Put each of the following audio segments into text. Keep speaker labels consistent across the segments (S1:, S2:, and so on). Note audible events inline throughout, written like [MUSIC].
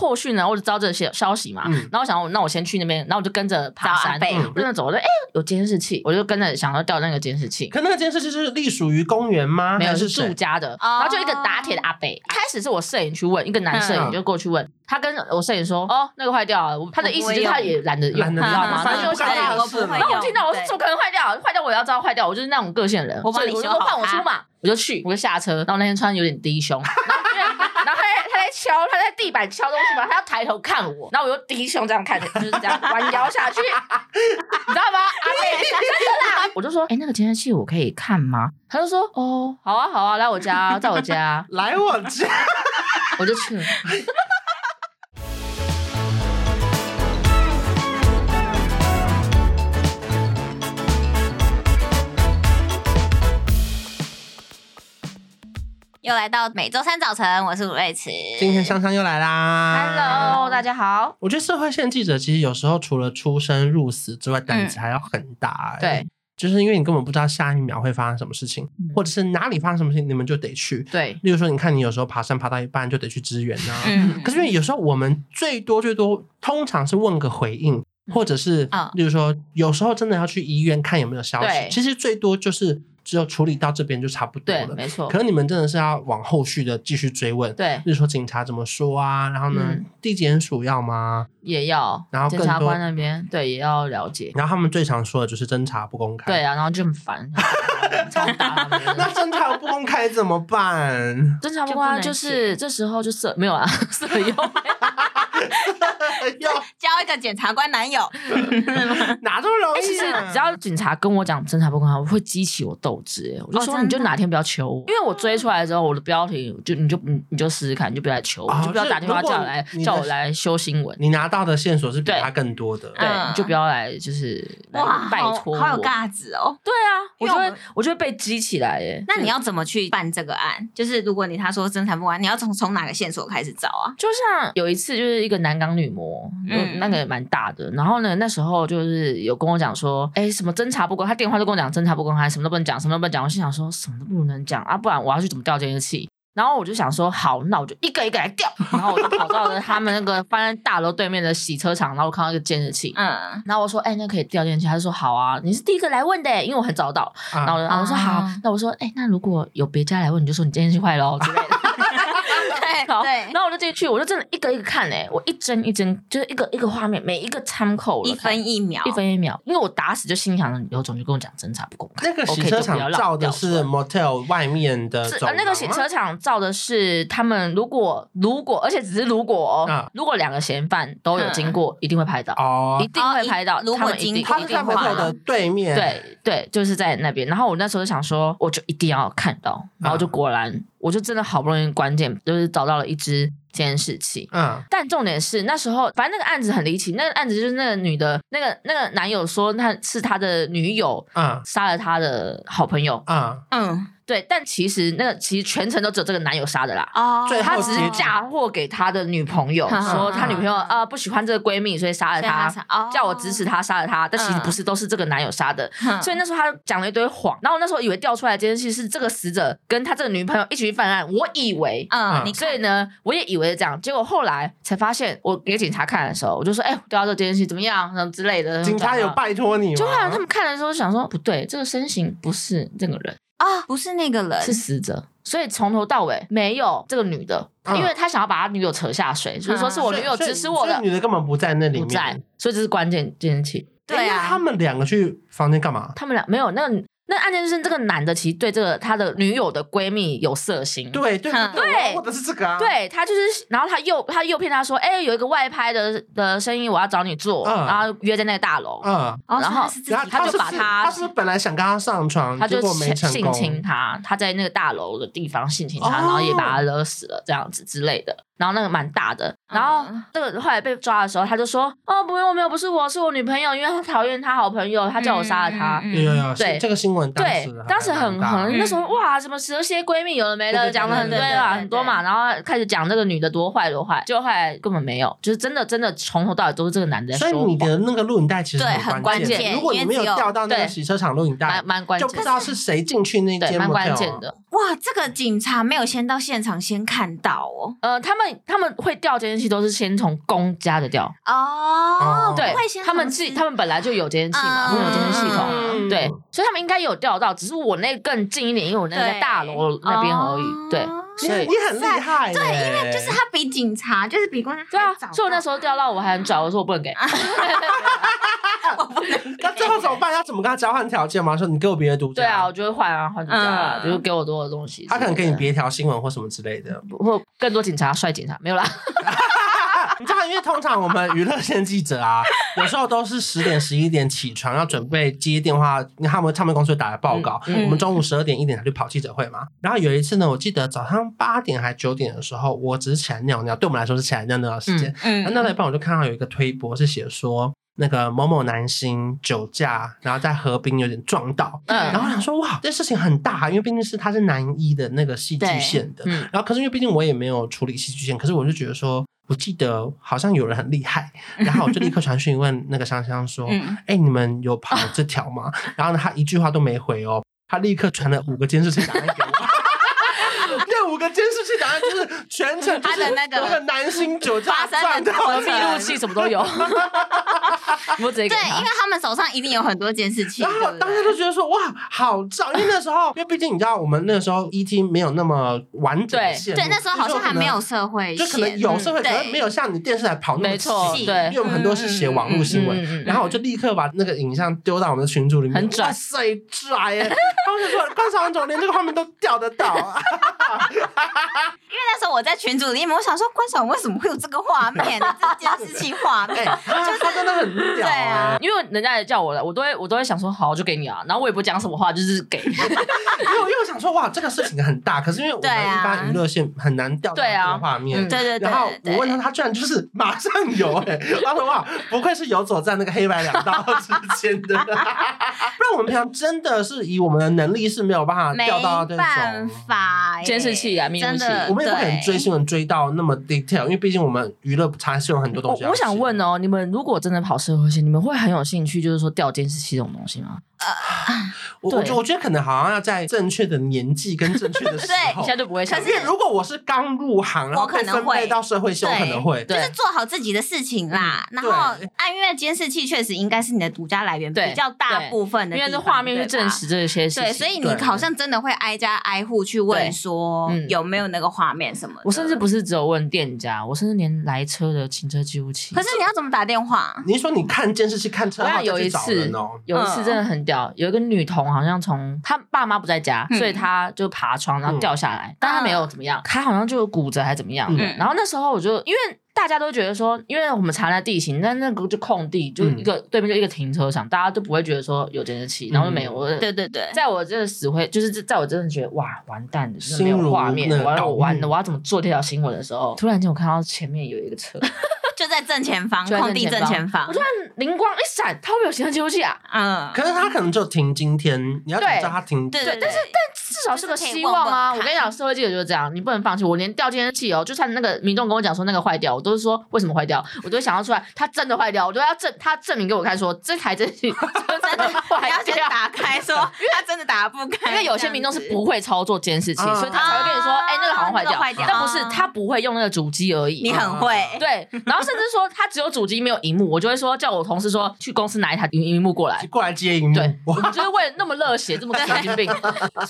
S1: 后续呢，我就知道这些消息嘛，
S2: 嗯
S1: 然后我想哦那我先去那边，然后我就跟着爬
S3: 找阿
S1: 山，
S3: 贝
S1: 我就跟着走，我就哎、有监视器，我就跟着想要调那个监视器，
S2: 可那个监视器是隶属于公园吗？
S1: 没有
S2: 还
S1: 是
S2: 是
S1: 住
S2: 谁？
S1: 家的，然
S3: 哦
S1: 后就一个打铁的阿北，开始是我摄影去问一个男摄影
S2: 嗯
S1: 就过去问，他跟我摄影说哦那个坏掉了，我他的意思就是他也懒得用，
S2: 懒
S1: 你
S2: 得
S1: 知
S2: 用
S1: 道
S3: [LAUGHS]
S1: 吗？
S2: 反
S1: 他
S2: 正
S1: 就
S2: 不
S1: 想
S2: 干你的
S1: 要
S2: 事
S3: 不会
S1: 然后
S3: 用
S1: 我听到，我说
S3: 对
S1: 怎 [LAUGHS] 么可能坏掉？坏掉我也要知道坏掉，我就是那种个性的人。
S3: 我帮你
S1: 所以
S3: 修
S1: 我就说
S3: 好
S1: 换我
S3: 它
S1: 出嘛，我就去，我就下车。然后那天穿有点低
S3: [LAUGHS]
S1: 胸，然后因为然后他在他在敲，他在地板敲东西嘛，他要抬头看我，然后我就低胸这样看着，就是这样弯腰下
S3: [LAUGHS]
S1: 去，你知道吗？阿妹真的啦，我就说，哎、那个监视器我可以看吗？他就说，哦，好啊，好啊，来我家，在我家，
S2: 来我
S1: [LAUGHS]
S2: 家。
S1: 我就
S3: [LAUGHS]
S1: 去了。
S3: 又来到每周三早晨，我是吴瑞慈。
S2: 今天香香又来啦
S1: Hello，大家好。
S2: 我觉得社会线记者其实有时候除了出生入死之外，胆子还要很大、
S1: 嗯
S2: 欸
S3: 哎
S1: 对，
S2: 就是因为你根本不知道下一秒会发生什么事情，
S1: 嗯
S2: 或者是哪里发生什么事情，你们就得去。
S1: 对，
S2: 例如说，你看你有时候爬山爬到一半就得去支援啊。
S3: 嗯
S2: 可是因为有时候我们最多最多通常是问个回
S1: 嗯
S2: 应，或者是
S3: 啊
S2: 例如说有时候真的要去医院看有没有消息
S1: 对，
S2: 其实最多就是只有处理到这边就差不多
S1: 对，
S2: 了。
S1: 没错
S2: 可，能你们真的是要往后续的继续追问，
S1: 对，
S2: 例如说警察怎么说啊，然后呢，
S1: 嗯
S2: 地检署要吗？
S1: 也要，
S2: 然后
S1: 检
S2: 更
S1: 察
S2: 多
S1: 官那边对也要了解。
S2: 然后他们最常说的就是侦查不公开。
S1: 对啊，然后就很烦，超打他 [LAUGHS] 们
S2: [LAUGHS] 那
S1: 啊的。
S2: 侦查不公开怎么
S1: [LAUGHS]
S2: 办？
S1: 正常
S3: 就
S1: 不
S3: 不
S1: 关啊
S3: 能
S1: 就是这时候就是没有啊，色 [LAUGHS] 诱
S2: 哎要
S3: [LAUGHS] 交一个检察官男友，
S2: 哪这么容
S1: 哎，
S2: 易、啊？
S1: 其实只要警察跟我讲侦查不公开，我会激起我斗志。哎我就
S3: 哦
S1: 说
S3: 真
S1: 你就
S3: 的
S1: 哪天不要求我，因嗯为我追出来之后，我的标题就你就你你就试试看，你就不要来求我，
S2: 哦
S1: 你就不要打电话
S2: 就是
S1: 叫
S2: 如果
S1: 我来
S2: 你的
S1: 叫我来修新闻，
S2: 你拿到的线索是比
S1: 对
S2: 他更多的，
S1: 对，
S3: 嗯
S1: 你就不要来就是来
S3: 哇，
S1: 拜
S3: 好
S1: 托我。
S3: 好有尬子哦。
S1: 对啊，我
S3: 因为
S1: 就
S3: 我
S1: 会
S3: 们
S1: 我就会被激起来欸耶。
S3: 那你要怎么去办这个案？就是如果你他说侦查不完，你要从从哪个线索开始找啊？
S1: 就像有一次，就是一个南港女模，
S3: 嗯
S1: 那个蛮大的。然后呢，那时候就是有跟我讲说，哎、什么侦查不公，他电话就跟我讲侦查不公开，什么都不能讲，什么都不能讲。我心想说，什么都不能讲啊，不然我要去怎么调监视器？然后我就想说，好，那我就一个一个来调。然后我就跑到了他们那个放在大楼对面的洗车场，然后我看到一个监视器。
S3: 嗯，
S1: 然后我说，哎、那可以调监视器？他就说好啊，你是第一个来问的，因为我很早到。
S2: 啊
S1: 然后我就、啊我说好
S3: 啊，
S1: 那我说，哎、那如果有别家来问，你就说你监视器坏了哦之类的。
S3: [LAUGHS] 对
S1: 好，
S3: 对
S1: 然，后我就进去，我就真的一个一个看哎、我一帧一帧，就是一个一个画面，每一个参考
S3: 一分一秒，
S1: 一分一秒，因为我打死就心想，有种就跟我讲侦查不公开。
S2: 那个
S1: OK，
S2: 洗车
S1: 就不要
S2: 场
S1: 让
S2: 照的
S1: 掉
S2: 是
S1: 出来
S2: motel 外面的
S1: 是
S2: 走
S1: 呃，
S2: 廊
S1: 那个洗车场照的是他们如果如果，而且只是如果、哦
S2: 啊
S1: 如果两个嫌犯都有经过，一定会拍到，
S2: 哦
S1: 一，定会拍到。
S3: 嗯哦一如果
S1: 他们一定
S3: 经
S2: 他
S3: 过
S1: 一
S2: 是
S1: 定
S2: 在
S1: 会拍
S2: motel
S1: 到
S2: 的。对面，，
S1: 对对，就是在那边。然后我那时候就想说，我就一定要看到，然后就
S2: 啊
S1: 果然，我就真的好不容易关键就是找到了一只监视器，
S2: 嗯，
S1: 但重点是那时候，反正那个案子很离奇，那个案子就是那个女的，那个那个男友说他是他的女友
S2: 嗯
S1: 杀了他的好朋友，
S2: 嗯，
S3: 嗯
S1: 对，但其实那个其实全程都只有这个男友杀的啦。
S3: 哦，
S2: 最
S1: 他
S2: 后
S1: 只是
S2: 结局
S1: 嫁祸给他的女朋友，
S3: 嗯
S1: 说他女朋友啊、呃不喜欢这个闺蜜，所以杀了哦他，
S3: 哦
S1: 叫我支持，他杀了他，但其实
S3: 嗯
S1: 不是，都是这个男友杀的。
S3: 哼
S1: 所以那时候他讲了一堆谎，然后我那时候以为调出来这件事是这个死者跟他这个女朋友一起去犯案，我以为，
S3: 嗯，
S2: 嗯
S3: 你
S1: 所
S3: 看
S1: 以呢，我也以为这样，结果后来才发现，我给警察看的时候，我就说：“哎、我调到这监视器怎么样？什么之类的。”
S2: 警察有
S1: 办。
S2: 拜托你吗？
S1: 就后来他们看的时候想说，不对，这个身形不是这个人，
S3: 啊，不是那个人，
S1: 是死者。所以从头到尾没有这个女的，
S2: 嗯
S1: 因为他想要把他女友扯下水，就是说是我
S2: 所以
S1: 女友
S2: 所以
S1: 指使我
S2: 所
S1: 的
S2: 以，女的根本不在那里
S1: 不
S2: 面，
S1: 在，所以这是关键监视器。
S3: 对
S2: 哎那他
S3: 啊，
S2: 们两个去房间干嘛？
S1: 他们俩没有那个那个案件是这个男的其实对这个他的女友的闺蜜有色心，
S2: 对对
S3: 嗯
S1: 对
S2: 对，我的是这个啊，，
S1: 对他就是，然后他又他又骗他说，哎、有一个外拍的的生意，我要找你做，
S2: 嗯
S1: 然后约在那个大楼，
S2: 嗯，
S3: 哦
S1: 然
S3: 所以
S1: 后
S3: 他是自
S2: 然后
S3: 己
S1: 他就
S2: 他是不
S1: 把
S2: 是
S1: 他
S2: 他是不是本来想跟他上床，
S1: 他就
S2: 结果没
S1: 性
S2: 成
S1: 性
S2: 功，
S1: 侵他，他在那个大楼的地方性侵他，
S2: 哦
S1: 然后也把他勒死了，这样子之类的。然后那个蛮大的，然后
S3: 嗯
S1: 这个后来被抓的时候，他就说，哦，不用，没有，不是我，是我女朋友，因为他讨厌他好朋友，他叫我杀了他。
S3: 嗯嗯嗯
S2: 有有有，
S1: 对
S2: 这个新闻当
S1: 对
S2: 时还，
S1: 当时
S2: 蛮
S1: 很
S2: 大
S1: 很
S3: 嗯
S1: 那时候哇，什么蛇蝎闺蜜有的没的，
S3: 对对对
S1: 讲的很
S2: 对
S1: 对
S2: 对
S1: 啊，
S3: 对
S1: 很多嘛，然后开始讲这个女的多坏多坏，结果后来根本没有，就是真的真的从头到尾都是这个男的在
S2: 所以
S1: 说
S2: 你
S1: 谎，
S2: 的那个录影带其实
S3: 对
S2: 很
S3: 很
S2: 关
S3: 关键
S2: 如果
S3: 因
S2: 你
S3: 为
S2: 没有
S3: 只有
S2: 调到那个
S1: 对
S2: 洗车场录影带
S1: 蛮，蛮关
S2: 就
S1: 键
S2: 不知
S1: 的，
S2: 道是谁进去那
S1: 对，
S2: 间
S1: 蛮
S2: motel
S1: 关
S2: 啊
S1: 键。的。
S3: 哇，这个警察没有先到现场先看到哦。
S1: 呃，他们他们会调监视器，都是先从公家的调，
S3: 哦
S2: 哦，
S1: 对
S3: 会先，
S1: 他们
S3: 通
S1: 自己
S3: 知
S1: 他们本来就有监视器嘛，
S3: 嗯
S1: 会有监视系统，
S2: 嗯
S1: 对，所以他们应该有调到，只是我那更近一点，因为我那个在
S3: 对
S1: 大楼那边而已，对。
S3: 哦
S2: 你
S1: 所
S2: 很
S1: 以
S2: 你很厉害耶，对，因为
S3: 就是他比警察，就是比官。
S1: 对啊，所以我那时候调到我还很拽，我说我不能给，
S3: 候我不能。
S2: 那最后怎么办？要怎么跟他交换条件吗？说你给我别的独家，
S1: 对啊，我就会换啊换主角啊，
S3: 嗯
S1: 就是给我多的东西。
S2: 他可能给你，别条新闻或什么之类的。
S1: 或更多警察帅警察没有啦，
S2: [LAUGHS] 你知道，因为通常我们娱乐线记者啊，有时候都是十点十一点起床，要准备接电话，因为他们唱片公司会打来报告。
S1: 嗯嗯
S2: 我们中午十二点一点才去跑记者会嘛。然后有一次呢，我记得早上八点还九点的时候，我只是起来尿尿，对我们来说是起来尿尿的时间。
S3: 嗯
S2: 啊那、，那到一半我就看到有一个推播是写说。那个某某男星酒驾，然后在河滨有点撞到，
S1: 嗯
S2: 然后我想说哇，这事情很大，因为毕竟是他是男一的那个戏剧
S3: 对
S2: 线的，
S1: 嗯，
S2: 然后可是因为毕竟我也没有处理戏剧线，可是我就觉得说，我记得好像有人很厉害，然后我就立刻传讯问那个香香说：“哎、
S3: 嗯
S2: 你们有跑这条吗？” [LAUGHS] 然后呢，他一句话都没回哦，他立刻传了五个监视器档案给我。 [LAUGHS] 那五个监视器档案就是全程就是
S3: 他的那个
S2: 我的男星酒驾
S3: 发
S2: 撞
S3: 生的
S2: 到
S3: 过
S1: [LAUGHS]
S2: 的
S1: 记录器什么都有，我直接给
S3: 对，因
S1: 他
S3: 为。他们手上一定有很多监视器，
S2: 然后
S3: 对不
S2: 当
S3: 对
S2: 时就觉得说哇，好照，因为那时候，因为毕竟你知道，我们那时候 ET 没有那么完整的
S1: 对
S2: 线路，
S3: 对，那时候好像还没有社会
S2: 就
S3: 线，
S2: 可能有社会，可能
S3: 对
S2: 没有像你电视台跑那么
S1: 没错
S2: 细
S1: 对
S2: 因为我们很多是写网络新闻。
S1: 嗯
S2: 然后我就立刻把那个影像丢到我们的群组里面，
S1: 很拽
S2: 哇塞，拽耶！他们就说观察完之后连这个画面都调得到啊，
S3: 因为那时候我在群组里面，我想说关晓雯为什么会有这个画面呢？这监视器画面，
S2: 哎他真的很屌
S3: 对啊
S2: 哎！
S1: 因为人家也叫我了，我都会我都会想说好就给你啊，然后我也不讲什么话，就是
S2: [LAUGHS]
S1: 给。
S2: 因为我因为我想说哇，这个事情很大，可是因为我们
S3: 对啊
S2: 一般娱乐线很难调到
S1: 对
S2: 这
S1: 啊
S2: 个画面
S1: 嗯。
S3: 对对对，
S2: 然后
S3: 对
S2: 我问他，他居然就是马上有哎、然后哇，不愧是游走在那个黑白两道之间的， [LAUGHS] 不然我们平常真的是以我们的能力是没有办法
S3: 没
S2: 调到这
S3: 办
S2: 种。
S3: 法耶，
S1: 监视器啊密录器
S3: 真的，
S2: 我们也不可能
S3: 对
S2: 追新闻追到那么 detail，因为毕竟我们娱乐还是有很多东
S1: 我
S2: 西啊要
S1: 我想
S2: 写
S1: 问哦，你们如果真的跑社会线，你们会很有兴趣，就是说调监视器这种东西吗？
S2: 我我
S1: 对
S2: 觉我觉得可能好像要在正确的年纪跟正确的时
S1: 你
S2: 候
S1: 现。在就不会想
S3: 可
S2: 因
S3: 是
S2: 为如果我是刚入行，然后
S3: 我可
S2: 被
S3: 能
S2: 分配
S3: 会
S2: 到社会线，我可
S3: 对
S2: 能会。
S1: 对嗯
S3: 就是做好自己的事情啦。然后
S2: 对
S3: 按因为监视器确实应该是你的独家来源，
S1: 对
S3: 比较大部分的
S1: 因
S3: 地
S1: 为
S3: 方，
S1: 这画面
S3: 对
S1: 去
S3: 吧
S1: 证。实这些事情。
S3: 对，所以你
S2: 对
S3: 好像真的会挨家挨户去
S1: 对
S3: 问说
S1: 嗯
S3: 有没有那个画面什么的。
S1: 我甚至不是只有问店家，我甚至连来车的行车记录器。
S3: 可是你要怎么打电话？
S2: 你说你看监视器看车
S1: 我
S2: 号
S1: 想有
S2: 再去
S1: 一
S2: 找
S1: 次
S2: 人哦，
S1: 有一次真的很屌，有一个女童好像从她爸妈不在家，
S3: 嗯
S1: 所以她就爬窗然后掉下来，但她没有怎么样，她好像就有骨折还怎么样的。
S3: 嗯
S1: 然后那时候我就因为。大家都觉得说，因为我们查了地形，但那个就空地，就一个、对面就一个停车场，大家都不会觉得说有监视器，然后就没有。我
S3: 对对对，
S1: 在我真的死灰，就是在我真的觉得哇完蛋了，就是
S2: 心
S1: 没
S2: 如
S1: 有画面
S2: 那，个
S1: 完
S2: 倒
S1: 了我完了，
S2: 木
S1: 我要怎么做这条新闻的时候，突然间我看到前面有一个车，
S3: 就在正前方，
S1: 就在
S3: 空地正
S1: 正前
S3: 前方
S1: 我。突然 [LAUGHS] 灵光一闪，它会不会有行车记录器啊？
S3: 嗯，
S2: 可是他可能就停今天，你要怎么
S1: 对
S2: 知道他停？
S3: 对
S1: 对但是
S3: 但
S1: 至少是个
S3: 就是可以
S1: 希望啊！
S3: 问问看
S1: 我跟你讲，社会记者就是这样，你不能放弃。我连掉监视器哦，就算那个民众跟我讲说那个坏掉，我都是说为什么坏掉，我都会想要出来，它真的坏掉，我就要证他证明给我看说这台真是 [LAUGHS] 真的
S3: 你
S1: 坏
S3: 要先
S1: 掉。
S3: 打
S1: [LAUGHS]
S3: 开说，因为他真的打不开，
S1: 因为有些民众是不会操作监视器，
S2: 嗯
S1: 所以他才会跟你说，
S3: 啊
S1: 哎、那个好像坏
S3: 那个坏
S1: 掉
S3: 掉，
S1: 但不是
S3: 嗯
S1: 他不会用那个主机而已。
S3: 你很会，
S1: 对，然后甚至说他只有主机没有荧幕，我就会说叫我同事说去公司拿一台荧荧幕过来。
S2: 过来接荧幕，
S1: 对
S2: 哇
S1: 我们就是为了那么热血，这么神经病。所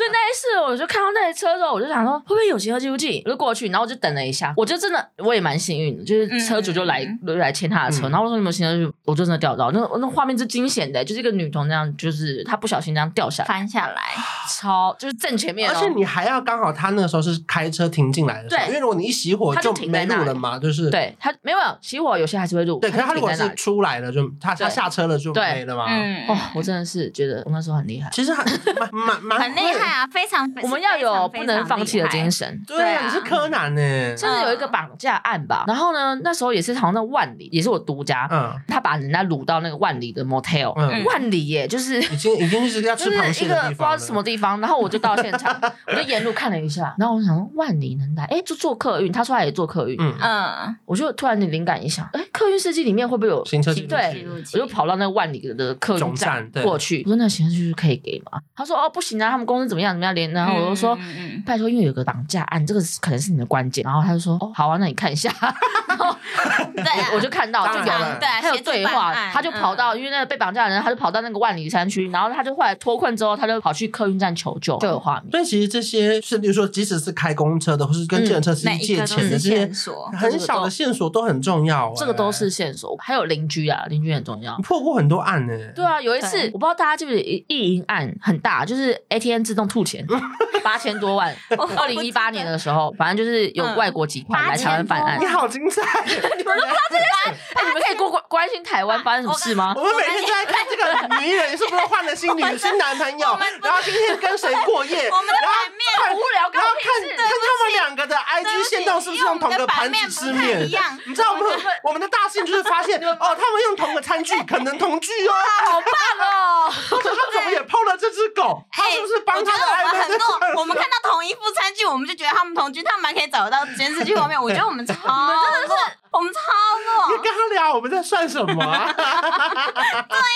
S1: 以那一次，我就看到那台车之后，我就想说，会不会有行车记录器？我就过去，然后我就等了一下，我就真的我也蛮幸运的，就是车主就来、
S3: 嗯
S1: 就来牵他的车，
S2: 嗯
S1: 然后我说你们行车记录器，我就真的掉到，那那画面是惊险的，就是一个女童那样，就是她不小心这样掉下来，
S3: 翻下来，
S1: 超就是正前面、哦，
S2: 而且你还要刚好他那个时候是开车停进来的时候，
S1: 对
S2: 因为如果你一熄火
S1: 他就停
S2: 没
S1: 在
S2: 路
S1: 那
S2: 了
S1: 里
S2: 嘛，就是
S1: 对她没有熄火，有些还是会录，
S2: 对。可是他如果
S1: 停在那
S2: 是
S1: 里
S2: 出来了，就他他
S1: 对
S2: 下车了就
S1: 对
S2: 没了嘛。
S3: 嗯，
S1: 哦，我真的是觉得我那时候很厉害。 [LAUGHS]
S2: 其实还蛮蛮蛮
S3: 很厉害
S2: 啊！
S3: 啊，非常，
S1: 我们要有
S3: 是非
S1: 不
S3: 常
S1: 能放弃的精。
S3: 非常厉害嗯
S1: 神。
S2: 对
S3: 对
S2: 啊，
S3: 啊
S2: 你是柯南呢、
S1: 甚至有一个绑架案吧，然后呢，那时候也是好像在万里，也是我独家，
S2: 嗯
S1: 他把人家掳到那个万里的 motel，、
S2: 嗯，
S1: 万里耶，就是
S2: 已经已经是要吃
S1: 就
S2: 螃
S1: 是
S2: 蟹
S1: 一个
S2: 的
S1: 不
S2: 地
S1: 知道
S2: 方了。
S1: 什么地方，然后我就到现
S2: [LAUGHS]
S1: 场，我就沿路看了一下，然后我想说万里能来，哎，就坐客运，他说他也坐客运，
S2: 嗯，
S3: 嗯，
S1: 我就突然灵感一想，哎，客运司机里面会不会有
S2: 行车
S1: 记
S2: 记录
S1: 对
S2: 器？
S1: 我就跑到那个万里的客运
S2: 总站
S1: 站
S2: 对
S1: 过去，我说那行车记录可以给吗？他说哦不行啊，他们公司怎么样怎么样连，然后我就说。
S3: 嗯嗯嗯
S1: 拜托，因为有个绑架案，这个是可能是你的关键。然后他就说：“哦，好啊，那你看一下。
S3: 嗯对啊，
S1: [LAUGHS] 我”我就看到
S2: 当
S1: 就
S2: 然
S1: 有
S2: 了
S1: 了，
S3: 对啊，
S1: 还有
S3: 协助
S1: 对
S3: 办
S1: 话
S3: 案，
S1: 他就跑到，
S3: 嗯
S1: 因为那个被绑架的人，他就跑到那个万里山区，然后他就后来脱困之后，他就跑去客运站求救，就有画面。
S2: 所以其实这些是，比如说，即使是开公车的，或是跟
S1: 嗯
S2: 计程车司
S3: 每
S2: 机
S3: 一
S2: 借
S3: 个都
S2: 钱的
S3: 是
S2: 这些
S3: 线索。
S2: 很小的线索都很重要、欸
S1: 这个都是线索，还有邻居啊，邻居很重要
S2: 你。破过很多案呢、欸
S1: 对啊，有一次
S3: 对
S1: 我不知道大家记不记得意淫案很大，就是 ATM 自动吐钱，八千多万。
S3: [LAUGHS] 我
S1: 二零一八年的时候，反正就是有
S3: 嗯
S1: 外国集团来台湾犯案
S2: 你。好精
S3: [LAUGHS]
S2: 彩！你们
S1: 哎，你们可以过关关心台湾发生什么事吗？
S2: 我们每天都在看这个女人是不是换了新女新男朋友，然后今天跟谁过夜，
S3: 我们的版面
S1: 很无聊，
S2: 然
S1: 刚
S2: 后
S1: 刚
S2: 看看他们两个的 IG 线动是不是用同个盘子吃
S3: 因为我们的版面不太
S2: 面
S3: 一样？
S2: 你知道我们我们的大幸就是发现哦，他们用同个餐具，可能同居哦。
S1: [LAUGHS] 好
S3: [LAUGHS]
S1: 棒哦！
S2: 他们怎么也碰了这只狗？他是
S3: 哎
S2: 不是帮
S3: 我
S2: 他
S3: 觉
S2: 的
S3: 得我
S2: 爱
S3: 们
S2: 人
S3: 很
S2: 在上
S3: 多，我们看到同一副餐具，我们就觉得他们同居，他们还可以找得到监视器画面。我觉得
S1: [LAUGHS]
S3: 我们超弱，我们超
S2: [LAUGHS] 你，
S3: 弱
S2: 跟他聊，我们在算什么啊？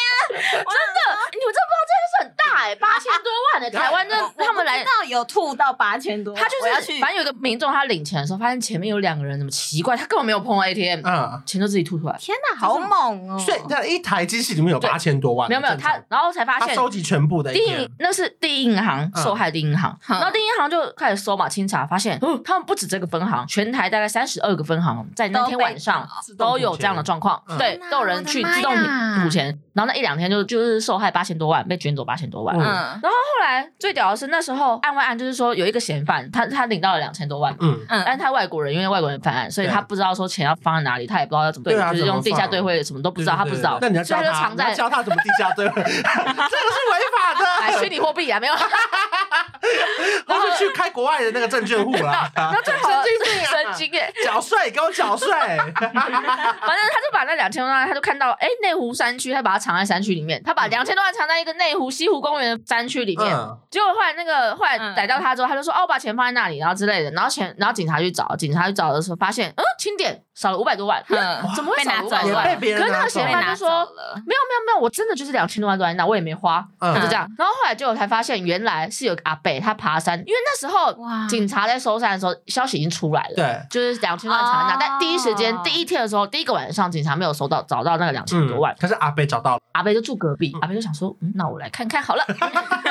S1: 你们真的不知道这件事很大哎，八千多万的台湾，
S3: 我
S1: 那他们来
S3: 我不。知道有吐到八千多，
S1: 他
S3: 我要
S1: 就
S3: 去
S1: 是，反正有一个民众，他领钱的时候发现前面有两个人，怎么奇怪？他根本没有碰到 ATM，
S2: 嗯，
S1: 钱就自己吐出来。
S3: 天哪，好猛哦！
S2: 所以他一台机器里面有八千多万，
S1: 没有没有，他然后才发
S2: 啊他
S1: 现
S2: 收集全部的一
S1: 第
S2: 天
S1: 一，那是第一银行
S2: 嗯
S1: 受害第一银行，
S3: 嗯
S1: 然后第一银行就开始搜嘛清查，发现哦他们不止这个分行，全台大概三十二个分行在那天晚上
S2: 自动
S1: 都
S2: 补
S1: 有
S2: 贴
S1: 这样的状况
S2: 嗯，
S1: 对
S3: 哦天哪，
S1: 都有人去
S3: 我的妈
S1: 自动
S3: 呀
S1: 补钱，然后那一两天就就是受害八千多万，被卷走八千多万。
S2: 嗯
S3: 嗯
S1: 后来最屌的是那时候案外案就是说有一个嫌犯，他他领到了两千多万。
S2: 嗯，
S1: 但
S3: 嗯，
S1: 是他外国人，因为外国人犯案，所以
S2: 对
S1: 他不知道说钱要放在哪里，他也不知道要怎么对，
S2: 对啊
S1: 就是
S2: 怎么
S1: 用地下
S2: 放
S1: 对会什么都不知道，他
S2: 对
S1: 不
S2: 对
S1: 知道，
S2: 对那你要
S1: 所以
S2: 教
S1: 他就
S2: 他，
S1: 藏
S2: 你要
S1: 在
S2: 教他怎么地下对 [LAUGHS] 会，这个是违
S1: [LAUGHS]
S2: 法
S1: 哎
S2: 的。
S1: 虚拟货币啊，没
S2: [LAUGHS]
S1: 有。
S2: 他是去开国外的那个证券户啦。
S1: [LAUGHS] 那最好的
S2: 神经病啊
S1: 神经耶！
S2: 缴税，给我
S1: [LAUGHS]
S2: 缴税。
S1: 反正他就把那两千多万，他就看到哎内湖山区，他把它藏在山区里面，他把两千多万藏在一个内湖西湖公园的山区里面。
S2: 嗯，
S1: 结果后来那个后来
S3: 嗯
S1: 逮到他之后，他就说哦，我把钱放在那里，然后之类的，然后钱，然后警察去找，警察去找的时候发现，嗯，清点少了五百多万，
S3: 嗯
S1: 怎么会
S3: 被拿
S1: 少五百
S3: 走
S1: 多
S3: 了
S1: 万？
S2: 也被别人
S1: 可是那
S2: 拿
S1: 个
S2: 走
S1: 嫌
S3: 被
S1: 犯
S3: 拿
S1: 就
S3: 走
S1: 说
S3: 了。 [LAUGHS]
S1: 没有没有没有，我真的就是两千多万都在那，我也没花，
S2: 嗯
S1: 他就这样。然后后来就我才发现，原来是有个阿贝他爬山，因为那时候
S3: 哇
S1: 警察在搜山的时候，消息已经出来了。
S2: 对，嗯
S1: 就是两千万藏在那，但
S3: 哦
S1: 第一时间第一天的时候，第一个晚上警察没有收到找到那个两千多万，
S2: 可是阿北
S1: [LAUGHS]
S2: 找到了，
S1: 阿贝就住隔壁，阿贝就想说，嗯，那我来看看
S2: [LAUGHS]
S1: 好了，因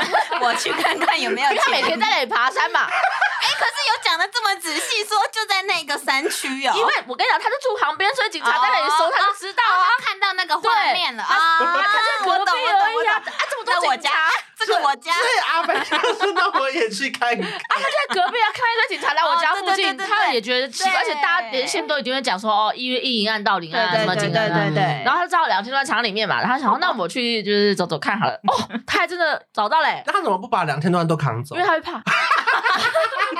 S3: 我去看看有 [LAUGHS] 没有
S1: 为他每
S3: 钱
S1: 天在那里爬山嘛，
S3: 可是有讲的这么仔细，说就在那个山区哦，
S1: 因为我跟你讲，他就住旁边，所以警察在那里搜
S3: 哦
S1: 他就知道
S3: 哦
S1: 啊，
S3: 他看到那个画面了啊，
S1: 他在
S3: 我
S1: 隔
S3: 懂，我
S1: 壁
S3: 懂，
S1: 而
S3: 我
S1: 已啊，
S3: 懂，
S1: 啊，这么
S3: 那
S1: 多
S3: 我
S1: 警
S3: 家
S1: 察，
S3: 这个我家
S2: 所。以阿北就说：“那我也去
S1: [LAUGHS]
S2: 看一看。
S1: 在隔壁啊，看到一堆警察来我家附
S3: 哦对对
S1: 近，
S3: 对对
S1: 他也觉得奇怪，
S3: 对
S1: 而且大家连线都已经会讲说，哦，一月一银案到零案啊什么警察
S2: 对对对
S1: 然后他知道两千多万藏里面嘛，他想说，那我去就是走走看好了，哦，他还真的找到嘞、”
S2: 那他怎么不把两千多万都扛走
S1: 因为？他会怕。我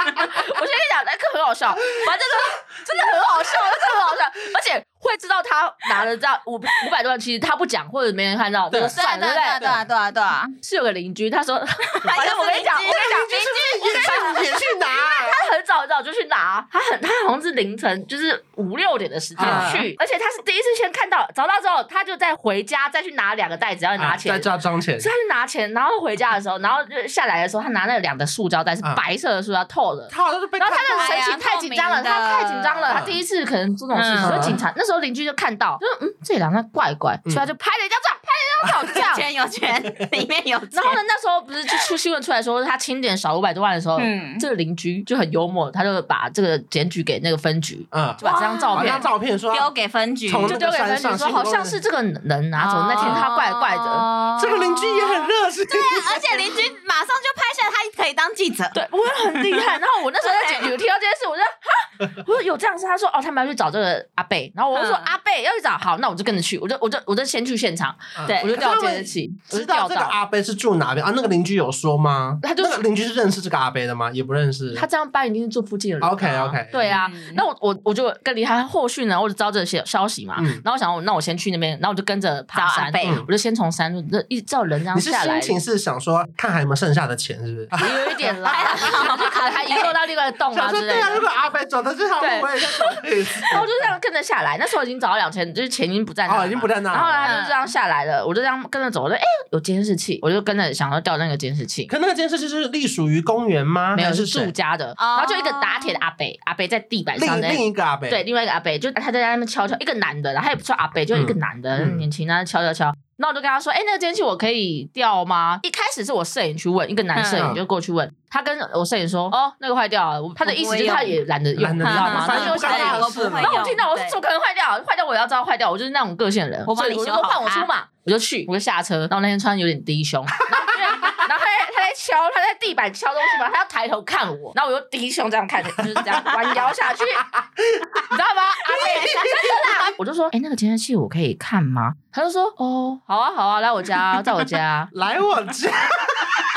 S1: 先跟你讲，那个很好笑，反正就是真的很好笑，真的很好笑，而且会知道他拿了这样五五百多万，其实他不讲或者没人看到，
S2: 对
S1: 就
S3: 对啊
S1: 算了，
S3: 对
S1: 对
S3: 啊
S1: 不
S3: 对
S1: 对？
S3: 啊对啊对啊！
S1: 是有个邻居，他说，
S3: 还
S1: 反
S3: 有
S1: 正我跟你讲，我跟
S3: 邻居
S1: 你讲，
S2: 邻居是不是也也去拿？
S1: 他很早很早就去拿，他很他好像是凌晨就是五六点的时间
S2: 啊
S1: 去，而且他是第一次先看到，找到之后他就再回家再去拿两个袋子要拿钱
S2: 啊在，叫张钱
S1: 所以，他去拿钱，然后回家的时候，然后就下来的时候，他拿那两个塑胶袋是
S2: 啊
S1: 白色的塑胶透的，
S2: 他好像是被
S1: 然
S2: 看
S1: 后他的
S2: 到
S3: 谁
S1: 神情太紧张了，
S3: 哎呀透明的
S1: 他太紧张了，
S2: 嗯
S1: 他第一次可能做这种事情，
S3: 嗯
S1: 所以警察那时候邻居就看到，就说嗯这两个怪怪，
S2: 嗯
S1: 所以他就拍了一张照，拍了一张照就这
S2: [LAUGHS]
S3: 有
S1: 样。
S3: 钱有钱， [LAUGHS] 里面有钱
S1: 然。后呢，那时候不是就出新闻出来说他清点少五百多万的时候，
S3: 嗯
S1: 这个邻居就很幽默，他就把这个检举给那个分局，
S2: 嗯，
S1: 就把这张照
S2: 把那
S1: 片
S2: 张。照片说
S3: 丢给分局，
S2: 从
S1: 就丢给分局
S2: 那个山
S1: 说，
S2: 上
S1: 好像是这个人拿走那天他怪怪的，
S3: 哦
S2: 这个邻居也很热心，
S3: [LAUGHS]
S1: 啊
S3: 而且邻居马上就拍下他可以当记者，
S2: [LAUGHS]
S1: 对我也很厉害。然后我那时候在检举，我听到这件事，我就哈，我说有这样事，他说哦，他们要去找这个阿贝，然后我就说、
S3: 嗯
S1: 阿贝要去找，好，那我就跟着去，我就我就我就先去现场，
S2: 嗯
S3: 对
S1: 我就掉监视器，我
S2: 知
S1: 就
S2: 道
S1: 掉
S2: 这个
S1: 到。
S2: 阿贝是住哪边啊？那个邻居有说吗？
S1: 他就是
S2: 那个邻居是认识这个阿贝的吗？也不认识。
S1: 他这样搬一定是住附近的人啊。
S2: OK OK，
S1: 对啊
S3: 嗯，
S1: 那我我我就更厉害，后续呢，我就知道这些消息嘛，
S2: 嗯
S1: 然后我想说那我先去那边，然后我就跟着爬
S3: 找阿
S1: 山
S3: 贝
S2: 嗯，
S1: 我就先从山路那一照人这样
S2: 你是
S1: 下来
S2: 心，情是想说看还有没有剩下的钱，是 [LAUGHS] 不是？
S1: 也有一点
S3: 哎
S1: 啦，
S3: [LAUGHS]
S1: 就可能还遗漏到另外一个洞
S2: [LAUGHS] 想
S1: 啊
S2: 说
S1: 之类
S2: 对啊，如
S1: 的。
S2: 果阿贝走到这条
S1: 对
S2: 路，我也想走
S1: [LAUGHS]
S2: 一次。
S1: 然后我就这样跟着下来，那时候已经找到两千，就是钱已经不在那了嘛，
S2: 哦，已经不在那
S1: 然后呢，
S2: 了。
S1: 他
S3: 嗯
S1: 就这样下来了，我就这样跟着走，我说哎、有监视器，我就跟着想要调那个监视器，
S2: 可那个监视器是隶属于公园吗？
S1: 没有
S2: 还
S1: 是
S2: 是
S1: 住
S2: 谁
S1: 家的，然后就一个打铁的阿北，阿北在地板上
S2: 另
S1: 在
S2: 另一个阿贝。
S1: 对，另外一个阿北，就他在那边敲敲，一个男的，然后他也不叫阿北，就一个男的，
S2: 嗯
S1: 年轻，然后敲敲敲。那我就跟他说：“哎、那个监视器我可以调吗？”一开始是我摄影去问，一个男摄影
S2: 嗯
S1: 就过去问，他跟我摄影说：“哦，那个坏掉了。我”他的意思就是
S3: 我不
S1: 他
S3: 会用
S1: 也懒得用，
S2: 懒
S1: 你
S3: 嗯
S2: 得
S1: 知
S2: 用
S1: 道吗？
S2: 反
S1: 他
S2: 正
S1: 就
S2: 不
S1: 想
S2: 干
S1: 要
S2: 他的
S3: 我
S2: 事
S3: 不
S2: 嘛
S3: 会
S1: 然后
S3: 用。
S1: 我听到我说
S3: 对
S1: 怎么可能坏掉？坏掉我也要知道坏掉，我就是那种个性的人。
S3: 我帮
S1: 所以
S3: 你
S1: 我就
S3: 修
S1: 说
S3: 好
S1: 换我
S3: 它
S1: 出嘛，我就去，我就下车。然后那天穿有点低胸，然后因为然后他在他在敲他在地板敲东西嘛，他要抬头看我，然后我就低胸这样看着，就是这样弯腰下去，你知道吗？阿贝真的啦，我就说哎、那个监视器我可以看吗？他就说哦，好啊好啊，来我家，在我家，
S2: 来我家，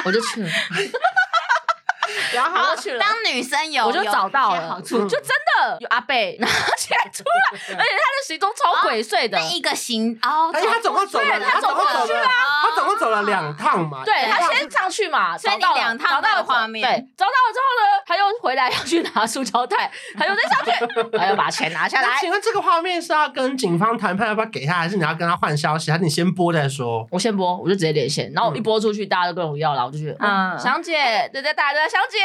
S1: 我就去了，
S2: 然
S1: 我
S2: [LAUGHS] 后
S1: 就去了。
S3: 当女生有，
S1: 我就
S3: 有
S1: 找到
S3: 一些
S1: 了
S3: 好处
S2: 嗯
S1: 就真的有阿贝拿起来出来，而且他的行踪超鬼祟的，
S3: 那一个行哦，
S2: 而且哎他总共走了，
S1: 对他
S2: 总共
S1: 走过
S2: 走
S1: 去
S2: 了，他总共走了两趟嘛。
S1: 对
S2: 一
S1: 他
S2: 趟
S1: 先上去嘛，
S3: 所以
S1: 找到
S3: 你
S1: 了
S3: 两
S1: 找到
S3: 趟都有
S1: 了
S3: 画
S1: 之后
S3: 面
S1: 对，找到了之后呢，他又回来要去拿塑胶袋， [LAUGHS] 他又再上去，还要把钱拿下来
S2: 那。请问这个画面是要跟警方谈判，要不要给他，还是你要跟他换消息，还是你先播再说？
S1: 我先播，我就直接连线，然后我一播出去，大家都跟我要了，我就觉得，嗯，
S3: 嗯
S1: 香姐，对对，大家都在香姐，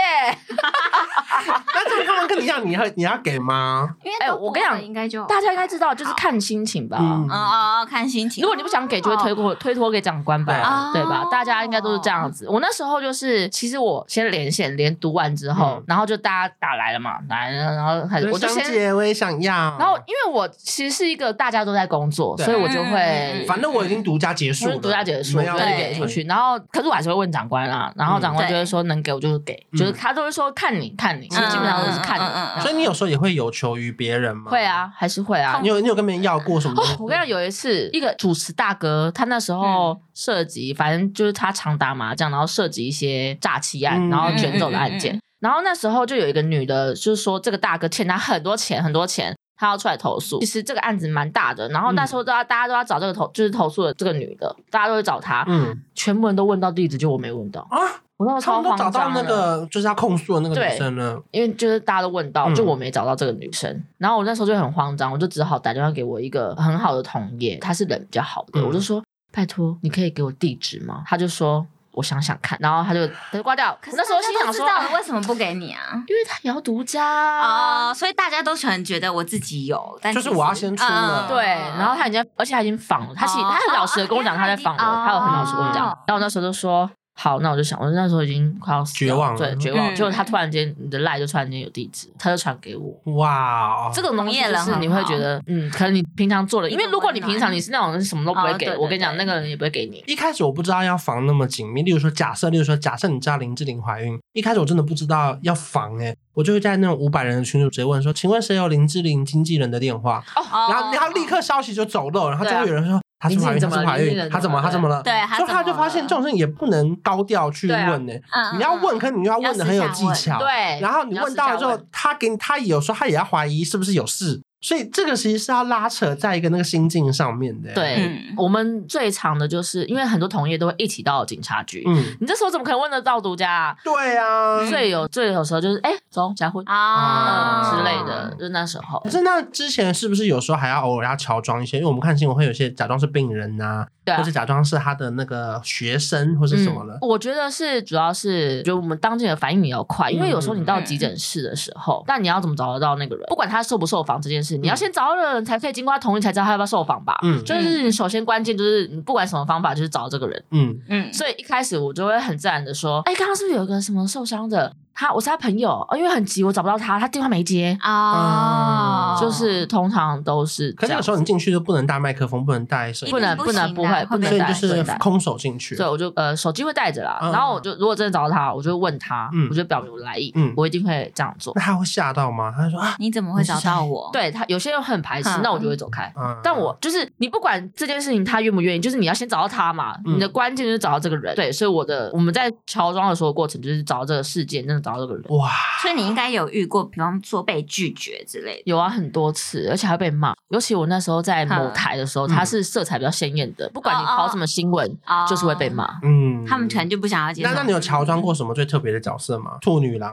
S2: 那这样他们跟你要，你要你要给吗？
S3: 因为
S1: 哎
S3: 都
S1: 我
S3: 过
S1: 跟你
S3: 了
S1: 讲
S3: 应该就
S1: 大家应该知道，就是看心情吧。
S2: 嗯
S3: 哦哦哦，看心情。
S1: 如果你不想给，就会推过推脱给长官
S2: 对
S1: 吧
S3: 啊，
S1: 对吧？大家应该都是这样子。我那时候就是，其实我先连线，连读完之后
S2: 嗯，
S1: 然后就大家打来了嘛，来了，然后开始，我就
S2: 香
S1: 先
S2: 姐，我也想要。
S1: 然后，因为我其实是一个大家都在工作，
S2: 对
S1: 所以我就
S3: 嗯
S1: 会
S3: 嗯
S2: 反正我已经独家结束
S1: 我
S2: 了，
S1: 就独家解
S2: 你
S1: 说，我
S2: 们
S1: 就
S2: 要
S1: 会
S3: 对
S1: 给出去。然后，可是我还是会问长官啦，然后长
S3: 嗯
S1: 官就会说能给我就给，
S2: 嗯
S1: 就是他都会说看你看你，其
S3: 嗯
S1: 实基本上都是看你，
S3: 你
S2: 所以你有时候也会有求于别人
S3: 嗯
S2: 吗？
S1: 会。啊，还是会啊
S2: 你。有你有跟别人要过什么东西？
S1: 哦我跟你讲，有一次一个主持大哥，他那时
S2: 嗯
S1: 候涉及，反正就是他常打麻将，然后涉及一些诈欺案，
S2: 嗯
S1: 然后卷走的案件。然后那时候就有一个女的，就是说这个大哥欠他很多钱，很多钱，他要出来投诉。其实这个案子蛮大的，然后
S2: 嗯
S1: 那时候都要、大家都要找这个投，就是投诉的这个女的，大家都会找她。
S2: 嗯
S1: 全部人都问到地址，就我没问到，
S2: 啊，
S1: 我那时候超
S2: 他们都找
S1: 慌
S2: 到
S1: 张
S2: 那
S1: 的，
S2: 个就是要控诉的那个女生了。
S1: 因为就是大家都问到，
S2: 嗯
S1: 就我没找到这个女生，然后我那时候就很慌张，我就只好打电话给我一个很好的同业，他是人比较好的，
S2: 嗯
S1: 我就说拜托你可以给我地址吗？他就说我想想看，然后他就他就挂掉。
S3: 可
S1: 我
S3: 是
S1: 那时候心
S3: 大
S1: 想
S3: 家都知
S1: 说，
S3: 道
S1: 啊
S3: 了为什么不给你啊？
S1: 因为他也要独家啊
S3: [LAUGHS] 哦，所以大家都可能觉得我自己有，但
S2: 就是
S3: 其实嗯
S2: 我要先出了
S1: 啊对，然后他已经，而且他已经仿了，他其实
S3: 哦
S1: 他很老实的跟我讲
S3: 哦
S1: 他在仿了，
S3: 哦
S1: 他有很老实地跟我讲。然后我那时候就说，好，那我就想，我那时候已经快要死掉
S2: 绝望了
S1: 对，绝望。
S3: 嗯
S1: 结果他突然间，你的赖就突然间有地址，他就传给我。
S2: 哇哦，
S1: 这种东西
S3: 同业
S1: 就
S3: 人
S1: 是
S3: 很
S1: 你会觉得，嗯，可能你平常做了，因为
S3: 一个
S1: 如果你
S3: 温暖
S1: 平常你是那种什么都不会
S3: 哦
S1: 给
S3: 对，
S1: 我跟你讲，
S3: 对
S1: 那
S3: 对
S1: 个人也不会给你。
S2: 一开始我不知道要防那么紧密，例如说假设，例如说假设你知道林志玲怀孕，一开始我真的不知道要防哎、我就会在那种五百人的群组直接问说，请问谁有林志玲经纪人的电话？
S3: 哦
S2: 然后然后立刻消息就走漏，然后就
S1: 对啊
S2: 会有人说她是怀
S1: 林
S2: 孕，
S1: 志
S2: 她
S1: 玲
S2: 是怀
S1: 怎么了
S2: 孕，她怎么
S1: 林
S2: 她
S1: 志
S2: 怎
S1: 玲
S2: 么了？
S3: 对，
S2: 所以他
S3: 怎
S2: 就
S3: 么
S2: 发现这种
S3: 了
S2: 事情也不能高调去
S1: 啊
S2: 问呢、
S3: 嗯
S2: 你要问，
S3: 嗯
S2: 可你又要问的很有技巧，
S1: 对，
S2: 然后你问到
S1: 你要
S2: 了之后
S1: 私下问，
S2: 他给你，他也有说他也要怀疑是不是有事，所以这个其实是要拉扯在一个那个心境上面的、，
S1: 对
S3: 嗯
S1: 我们最常的就是，因为很多同业都会一起到警察局，
S2: 嗯，
S1: 你这时候怎么可能问得到独家啊？
S2: 对啊。
S1: 最有最有时候就是，哎，走，结婚。
S3: 啊
S1: 啊
S2: 啊
S1: 之类的，就那时候
S2: 可，是那之前是不是有时候还要偶尔要乔装一些？因为我们看新闻会有些假装是病人呐、
S1: 对啊
S2: 或者假装是他的那个学生或是什么了。
S1: 嗯我觉得是主要是，觉得我们当地的反应也要快，因为有时候你到
S3: 嗯
S1: 急诊室的时候，但你要怎么找得到那个人？不管他受不受访这件事，你要先找到人，才可以经过他同意，才知道他要不要受访吧。
S2: 嗯
S1: 就是你首先关键就是你不管什么方法，就是找这个人。
S2: 嗯，
S3: 嗯，
S1: 所以一开始我就会很自然的说，哎，刚刚是不是有一个什么受伤的？他我是他朋友，哦，因为很急，我找不到他，他电话没接。
S3: 哦，
S1: 就是通常都是
S2: 可
S1: 这
S2: 是
S1: 样
S2: 有时。候你进去就不能带麦克风，不能带摄影
S1: 不
S2: 机，
S1: 能
S3: 不
S1: 不能
S3: 行
S1: 不
S3: 啊
S1: 会
S3: 会
S1: 不能
S3: 被
S2: 所以
S1: 带
S2: 就
S1: 不能
S2: 是
S1: 带
S2: 空手进去
S1: 对，。我就呃手机会带着啦，
S2: 嗯
S1: 然后我就如果真的找到他，我就会问他，
S2: 嗯
S1: 我就表明我来意，
S2: 嗯
S1: 我一定会这样
S2: [LAUGHS]
S1: 做
S2: 那。他会吓到吗？他就说啊，
S3: 你怎么会找到我？，
S1: 对他有些人很排斥
S3: 嗯，
S1: 那我就会走开。
S2: 嗯
S1: 但我就是你不管这件事情他愿不愿意，就是你要先找到他嘛，
S2: 嗯
S1: 你的关键就是找到这个人。对，所以我的我们在乔装的所有过程就是找到这个事件，真的找到这个人。
S2: 哇，
S3: 所以你应该有遇过，比方说被拒绝之类的。
S1: 有啊，很多次，而且还被骂。尤其我那时候在某
S3: 嗯
S1: 台的时候，
S2: 嗯
S1: 他是色彩比较鲜艳的，不管你
S3: 哦哦
S1: 抛什么新闻，
S3: 哦
S1: 就是会被。骂。
S2: 嗯，
S3: 他们可能就不想要接受。
S2: 那那你有乔装过什么最特别的角色吗？兔女郎，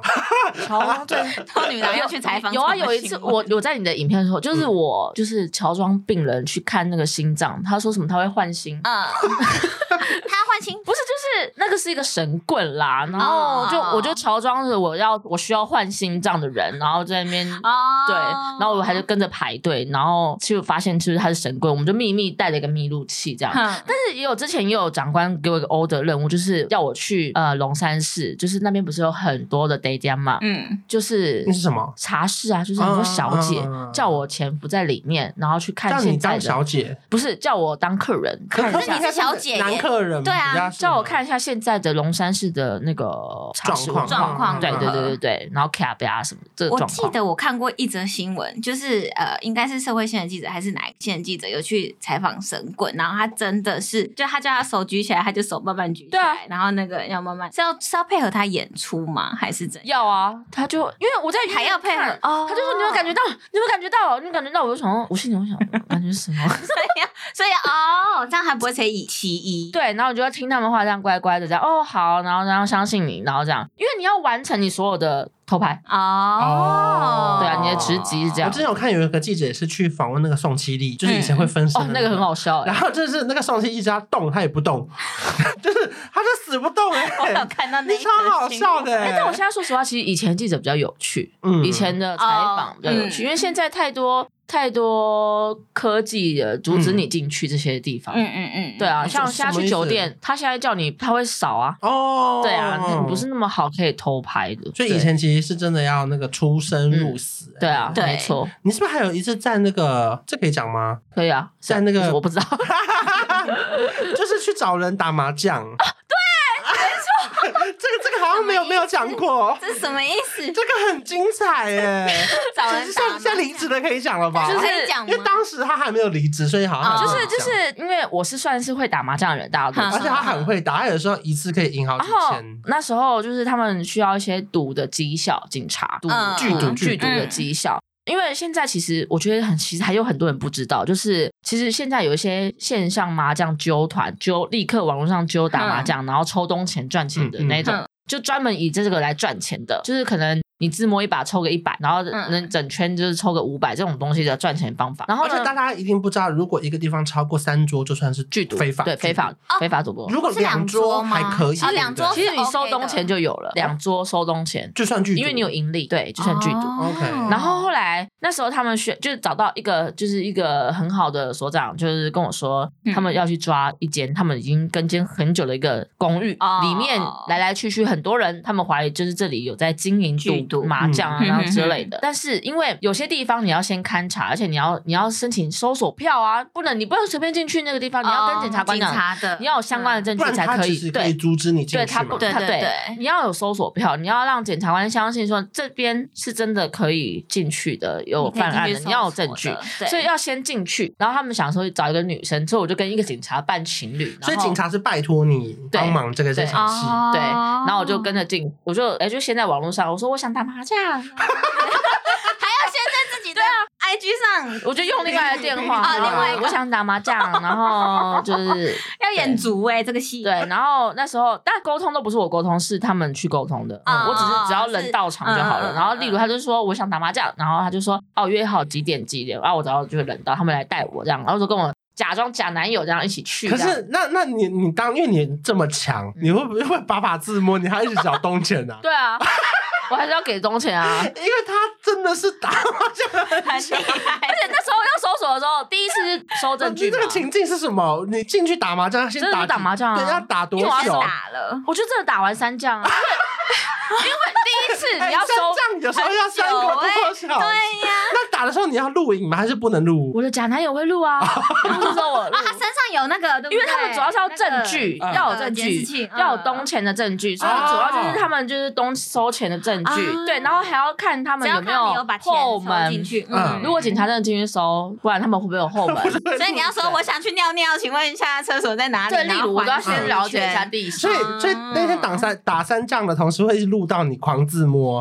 S1: 乔装最
S3: [LAUGHS] 偷女郎要去采
S1: [LAUGHS]
S3: 访
S1: 有啊，
S3: 什么
S1: 有一次
S3: 新闻
S1: 我我在你的影片的时候，
S3: 嗯
S1: 就是我就是乔装病人去看那个心脏，他说什么他会换心。[LAUGHS]
S3: [LAUGHS] 嗯，他换亲
S1: 不是，就是那个是一个神棍啦，然后就、
S3: 哦
S1: 我就乔装着我要我需要换心脏的人，然后在那边、
S3: 哦，
S1: 对，然后我还就跟着排队，然后就发现其实他是神棍，我们就秘密带了一个密录器这样，
S3: 哼
S1: 但是也有之前也有长官给我一个 order 任务，就是要我去呃龙山市，就是那边不是有很多的 day 家嘛，
S3: 嗯，
S1: 就是
S2: 那是什么？
S1: 茶室啊，就是很多小姐
S2: 嗯嗯嗯嗯
S1: 叫我潜伏在里面，然后去看
S2: 叫你
S1: 现在
S2: 当小
S1: 的，
S2: 姐，
S1: 不是叫我当客人看
S3: 可
S1: 一
S3: 是你
S1: 下
S3: 是。小姐耶
S2: 男客人
S3: 对啊
S2: 比较适合
S1: 叫我看一下现在的龙山市的那个茶
S2: 状
S1: 室
S2: 况，啊
S3: 状况
S1: 对
S3: 嗯
S1: 对对对对，然后卡比啊什么这个
S3: 我
S1: 状
S3: 记
S1: 况，
S3: 得我看过一则新闻，就是呃，应该是社会线的记者还是哪一线的记者有去采访神棍，然后他真的是，就他叫他手举起来，他就手慢慢举起
S1: 对
S3: 来，
S1: 啊
S3: 然后那个要慢慢是要是要配合他演出吗？还是怎样？
S1: 要啊，他就因为我在
S3: 还要配合
S1: 看
S3: 哦
S1: 他就说你有没有感觉到，你有没有感觉到，你有没有感觉到，我就想说，我心里我想感觉什么。 [LAUGHS]
S3: 所以哦，这样还不会成以其一。
S1: 对，然后你就要听他们话，这样乖乖的这样哦好，然后然后相信你，然后这样，因为你要完成你所有的偷拍，
S3: 哦，
S1: 对啊你的职级是这样嗯
S2: 我之前有看有一个记者也是去访问那个宋七力，就是以前会分身、
S1: 哦那个很。好笑哎、
S2: 然后就是那个宋七力一直要动，他也不动， [LAUGHS] 就是他就死不
S1: [LAUGHS]
S2: 动哎、
S3: 我有看到那
S2: 你
S3: 一则
S2: 超好
S3: 新闻
S2: 笑的、欸。
S1: 哎但我现在说实话，其实以前记者比较有趣，
S2: 嗯
S1: 以前的采访比较有趣，
S3: 哦嗯
S1: 因为现在太多太多科技的阻止你进去这些地方。
S3: 嗯嗯嗯，
S1: 对啊，
S2: 嗯
S1: 像
S2: 什
S1: 现在
S2: 什么
S1: 去
S2: 意思
S1: 酒店，他现在叫你他会扫啊，
S2: 哦，
S1: 对啊，你不是那么好可以偷拍的。
S2: 所以以
S1: 对
S2: 前其实是真的要那个出生入死、欸
S1: 对啊，
S3: 对
S1: 没错，
S2: 你是不是还有一次在那个这可以讲
S1: [LAUGHS]
S2: 吗？
S1: 可以啊，
S2: 在那个
S1: 我不知道，
S2: 就是去找人打麻将。
S1: 啊
S2: 对，没错， [LAUGHS] 这个这个好像没有没有讲过，
S3: 这是什么意思？
S2: 这个很精彩
S1: [LAUGHS]
S2: 耶。
S3: 找
S2: 只
S3: 人
S2: 是
S3: 打
S2: 像
S3: 麻
S2: 像
S3: 将
S2: 离职的可以讲了吧？
S1: 就是
S3: 可以讲吗
S2: 啊因为当时他还没有离职，所以好像
S1: [LAUGHS]
S2: [LAUGHS]
S3: 哦
S1: 就是就是因为我是算是会打麻将的人，大家都知道
S2: 而且他很会打，他有时候一次可以赢好
S1: 然
S2: 几
S1: 后
S2: 千。
S1: 哦那时候就是他们需要一些赌的绩效，警察赌
S3: 嗯
S1: 剧
S2: 剧
S1: 赌
S2: 毒
S1: 剧
S2: 剧
S1: 赌
S2: 毒
S1: 的绩效。因为现在其实我觉得很，其实还有很多人不知道，就是其实现在有一些线上麻将揪团，揪立刻网络上揪打麻将，然后抽东钱赚钱的
S2: 嗯嗯
S1: 那种
S3: 嗯，
S1: 就专门以这个来赚钱的，就是可能你自摸一把抽个一百，然后
S3: 嗯
S1: 能整圈就是抽个五百这种东西的赚钱方法。然后
S2: 而
S1: 呢
S2: 且大家一定不知道，如果一个地方超过三桌，就算是
S1: 剧赌
S2: 非法，
S1: 对
S3: 哦
S2: 剧
S1: 非
S2: 毒
S1: 法。非法赌博，
S2: 如果
S3: 是两
S2: 桌
S3: 桌吗
S2: 还可以，
S3: 哦两桌
S2: 对不
S1: 啊其
S2: 对
S1: 实你
S3: OK
S1: 收
S3: 的
S1: 东钱就有了，两桌收东钱，
S2: 就算剧毒，
S1: 因为你有盈利，对，就算剧毒。
S3: 哦
S2: OK
S1: 然后后来那时候他们选就是找到一个就是一个很好的所长，就是跟我说
S3: 嗯
S1: 他们要去抓一间他们已经跟监很久的一个公寓，
S3: 哦
S1: 里面来来去去很多人，他们怀疑就是这里有在经营
S3: 剧
S1: 赌
S3: 毒
S1: 麻将啊
S3: 嗯
S1: 然后之类的。但是因为有些地方你要先勘察，而且你要你要申请搜索票啊，不能你不能随便进去那个地方，你要跟检察官
S3: 哦
S1: 讲
S3: 警，察的，嗯
S1: 你要有相关的证
S2: 不
S1: 据
S2: 然
S1: 才
S2: 他
S1: 可
S2: 其
S1: 以
S2: 实可
S1: 对
S2: 以阻止你进
S1: 对
S2: 去
S1: 他
S2: 嘛
S1: 不，
S3: 对
S1: 他
S3: 对对
S1: 你要有搜索票，你要让检察官相信说这边是真的可以进去的，有犯案的，你要有证据，，所以要先进去。然后他们想说找一个女生，所以我就跟一个警察扮情侣，
S2: 所以
S1: 然后
S2: 警。察是拜托你帮忙这个这
S1: 对哦
S2: 场戏。
S1: 对，
S3: 哦
S1: 然后我就跟着进，我就哎、就先在网络上，我说我想打麻将，
S3: 啊还要先在自己的
S1: 啊
S3: IG 上
S1: 我就用另外的
S2: [LAUGHS]
S1: 电话，
S3: 啊另外一个
S1: 我想打麻将，然后就是
S3: 要演足哎，这个戏
S1: 对，然后那时候但沟通都不是我沟通，是他们去沟通的。
S3: 啊
S1: 我只是只要人
S3: 是
S1: 到场就好了。
S3: 嗯嗯嗯
S1: 然后例如他就说我想打麻将，然后他就说哦约好几点几点，然啊后我只要就人到，他们来带我这样，然后就跟我假装假男友这样一起去。
S2: 可
S1: 这样
S2: 是，那那你你当因为你这么强，你会不 [LAUGHS] 会把把自摸？你还一直找东钱呢、啊？
S1: 嗯对啊， [LAUGHS] 我还是要给中钱啊。
S2: [LAUGHS] 因为他真的是打麻将的
S3: 很厉
S1: [LAUGHS]
S3: 害，
S1: 而且那时候要搜索的时候，第一次是收证
S2: 人。
S1: 据
S2: 你
S1: 嘛
S2: 这个，情境是什么？你进去打麻将，先
S1: 真的
S2: 打
S1: 是打麻将啊
S2: 对，要打多
S1: 因为我要
S2: 久？
S3: 打了，
S2: [LAUGHS]
S1: 我就真的打完三将啊。因为因为第一
S3: 一次
S2: 哎
S3: 你要
S2: 三
S3: 收
S2: 丈有时候要三个
S3: 很久欸
S1: 哎
S2: 多小时。
S1: 啊
S3: 对呀、
S2: 那打的时候你要录影吗？还是不能录？
S1: 我的假男友会录啊，他不是说我录
S2: [LAUGHS]
S3: 啊，。他身上有那个，对不对
S1: 因为他们主要是要证据，
S2: 那个
S1: 要有证
S3: 那个监视
S1: 据
S3: 器，嗯
S1: 要有东钱的证据，所以
S2: 哦
S1: 主要就是他们就是东收钱的证据
S3: 啊，
S1: 对，然后还要看他们
S3: 只要
S1: 没
S3: 看你有把钱
S1: 后
S3: 收
S1: 门
S3: 进，去。
S2: 嗯
S3: 嗯，
S1: 如果警察真的进去搜，不然他们会不会有后门？
S3: [LAUGHS] 所以你要说我想去尿尿，请问一下厕所在哪里？
S1: 这例如我都要先了解一下
S3: 下。
S1: 地形
S2: 所以，所以那天打三打三仗的同时，会一直录到你狂自
S1: 啊
S2: 摸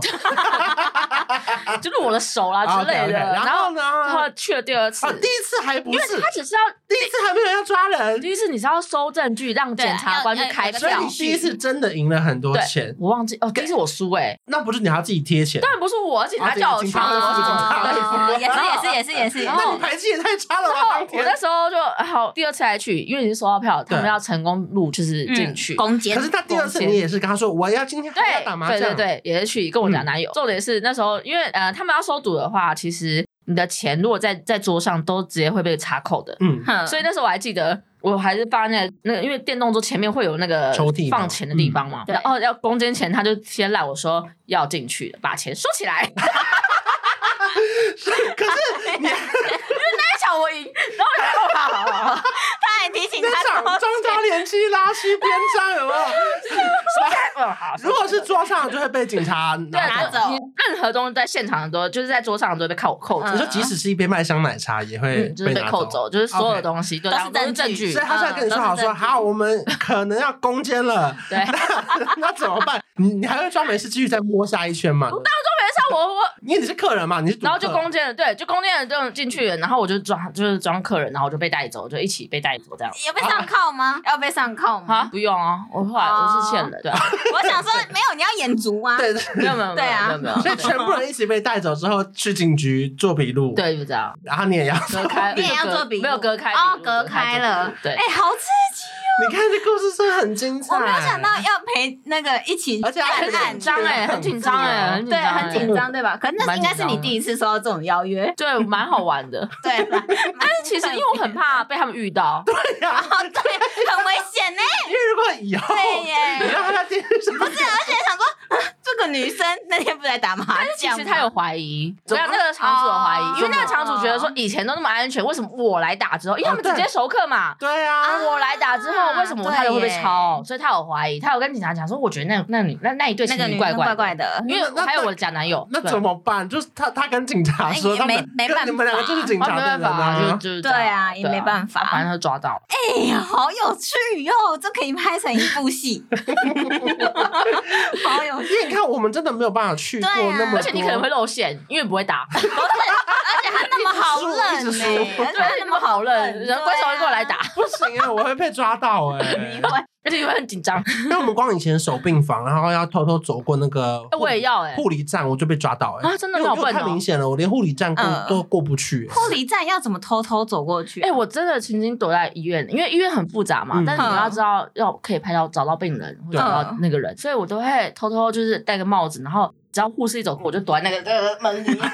S1: 就是我的手啦
S2: 啊
S1: 之类
S2: OK，OK，
S1: 的。
S2: 然后呢？
S1: 他
S2: 啊，
S1: 去了第二次，
S2: 第一次还不
S1: 因为
S2: 是，
S1: 他只是要
S2: 第一次还没有要抓人，
S1: 第一次你是要收证据，让检察官去开
S3: 对
S2: 所以
S1: 票
S2: 你。第一次真的赢了很多
S1: 对
S2: 钱，
S1: 我忘记哦，第一次我输哎，
S2: 那不是你还要自己贴钱？
S1: 当然不是我，警
S2: 啊
S1: 察
S2: 对
S1: 叫我
S2: 警
S1: 去。
S2: 察会负责
S1: [LAUGHS]
S3: 哦也是也是也是也是，哦
S1: 然后
S2: 那你牌技也太差了
S1: 然后
S2: 吧！
S1: 我那时候就好，第二次还去，因为已经收到票，他们
S2: 对
S1: 要成功录就是进去。
S3: 嗯攻坚。
S2: 可是他第二次你也是跟他说我要今天还要打麻
S1: 对对
S2: 将，
S1: 对，也是去跟我讲男友。嗯重点是那时候，因为呃，他们要收赌的话，其实你的钱如果在在桌上，都直接会被查扣的。
S2: 嗯，
S3: 哼，
S1: 所以那时候我还记得，我还是放在那个那个，因为电动桌前面会有那个
S2: 抽屉嘛
S1: 放钱的地方嘛，
S3: 嗯
S1: 然后要攻坚前，他就先赖我说要进去了，把钱收起 [LAUGHS] 来。他 [LAUGHS]
S2: 可是你
S1: 想我赢，然后我就好好好好，
S3: 他还提醒
S2: 那
S3: 他
S2: 场
S3: 说
S2: 张家连七拉西边张有没有？
S1: [LAUGHS] 嗯好。
S2: 如果是桌上就会被警察
S1: 对
S2: 拿
S3: 拿走
S1: 你任何东西在现场的都就是在桌上的都会被扣扣走
S2: 你，说即使是一杯麦香奶茶也会
S1: 嗯，就是被
S2: 拿
S1: 扣走，就是所有
S2: OK
S1: 东西都
S3: 都是
S1: 都是
S3: 证
S1: 证
S3: 据
S1: 据
S2: 所以。他现在跟你说好说，
S3: 嗯都是证据
S2: 好，我们可能要攻坚了，
S1: 对，当然
S2: 那怎么办？你你还会装没事继续再摸下一圈嘛？
S1: 像我我，
S2: 因为你是客人嘛，你是
S1: 然后就
S2: 赌客
S1: 攻坚了，对，就攻坚了就进去了，然后我就装就是装客人，然后我就被带走，就一起被带走这样。
S3: 有被上铐吗？ [LAUGHS] 要被上铐
S1: 啊，
S3: 吗？
S1: 不用啊，我后来我是欠的，对啊，
S3: 我想说没有，你要演足啊。
S2: 对，
S1: 没有没有没
S3: 对啊
S1: 有没有没有，
S2: 所以全部人一起被带走之后去警局做笔录，，
S1: 对，啊就这样。
S2: 然后你也要
S1: 隔开，
S3: 你也要
S1: 没有
S3: 做笔
S1: 隔
S3: 录
S1: 没有隔开笔录，
S3: 哦，隔开了
S1: 做笔录。对
S3: 哎，，好刺激！
S2: 你看这故事真的很精彩，
S3: 我没有想到要陪那个一起
S2: 而且
S3: 办
S2: 还
S1: 很
S3: 案
S1: 紧张哎，很紧张哎，很紧
S3: 对，
S1: 张哎
S3: 很紧张，对吧？可是那
S1: 蛮
S3: 应
S1: 紧
S3: 该
S1: 张的
S3: 是你第一次收到这种邀约，
S1: 对，蛮好玩的。
S3: 对吧？ [LAUGHS] 但
S1: 但是其实因为我很怕被他们遇到，
S2: 对呀，
S3: 哦， [LAUGHS] 对，很危险呢。
S2: 因为如果以后
S3: 对耶
S2: 你让他在电视上
S3: 不是，而且想说，啊这个女生那天不是来打麻
S1: [LAUGHS] 其
S3: 将吗，
S1: 实他有怀疑，
S2: 怎
S1: 对
S2: 么
S1: 啊，那个场主有怀
S3: 哦
S1: 疑，因为那个场主觉得说以前都那么安全，为什么我来打之后，因
S3: 哦
S1: 为他们直接熟客嘛。
S2: 对啊，
S1: 我来打之后，为什么他的会被抄？所以他有怀疑，他有跟警察讲说，我觉得那那女那那一对
S3: 那
S1: 情
S3: 个
S1: 侣
S3: 女
S1: 怪
S3: 生怪
S1: 怪的，
S3: 的，
S1: 因为
S2: 那那
S1: 还有我的假男友，
S2: 那
S1: 对
S2: 怎么办？就是他他跟警察说，
S3: 哎
S2: 他
S3: 也没
S2: 们
S3: 没
S2: 跟
S3: 办
S2: 你们两个就是警
S1: 啊
S2: 察
S1: 没
S2: 的
S1: 办
S2: 人
S1: 法啊，就
S2: 啊。
S1: 就是这
S3: 对
S1: 样
S3: 啊，也没办
S1: 对啊反正
S3: 法。
S1: 他就抓到了。
S3: 哎呀，好有趣哦，这可以拍成一
S1: [LAUGHS]
S3: 部戏，好有趣。
S2: 因为你看，我们真的没有办法去过
S3: 对啊
S2: 那么多，
S1: 而且你可能会露馅，因为不会
S3: [LAUGHS]
S1: 打。
S3: 而且他那么好
S2: 一
S1: [LAUGHS]
S3: 认
S2: 直
S3: 呢、
S2: 输一直输
S3: 而且
S1: 啊
S3: 他那么好认，啊
S1: 人挥手就过来打， [LAUGHS]
S2: 不行啊，我会被抓到哎、
S3: 对啊，
S1: 而且你会很紧张。
S2: 因为我们光以前守病房，然后要偷偷走过那个护理，
S1: 哎我也要哎
S2: 护理站，我就被抓到哎、
S1: 啊真的
S2: 因为我
S1: 你好
S2: 觉得
S1: 笨哦
S2: 太明显了，我连护理站过、
S3: 嗯
S2: 都过不去、欸
S3: 护理站要怎么偷偷走过去、
S1: 哎，我真的曾经躲在医院，因为医院很复杂嘛
S2: 嗯，
S1: 但是你要知道要可以拍到找到病人或者
S2: 对
S1: 找
S3: 嗯
S1: 到那个人，所以我都会偷偷就是戴个帽子，然后只要护士一走过，我就躲在那个呃门里面。 [LAUGHS]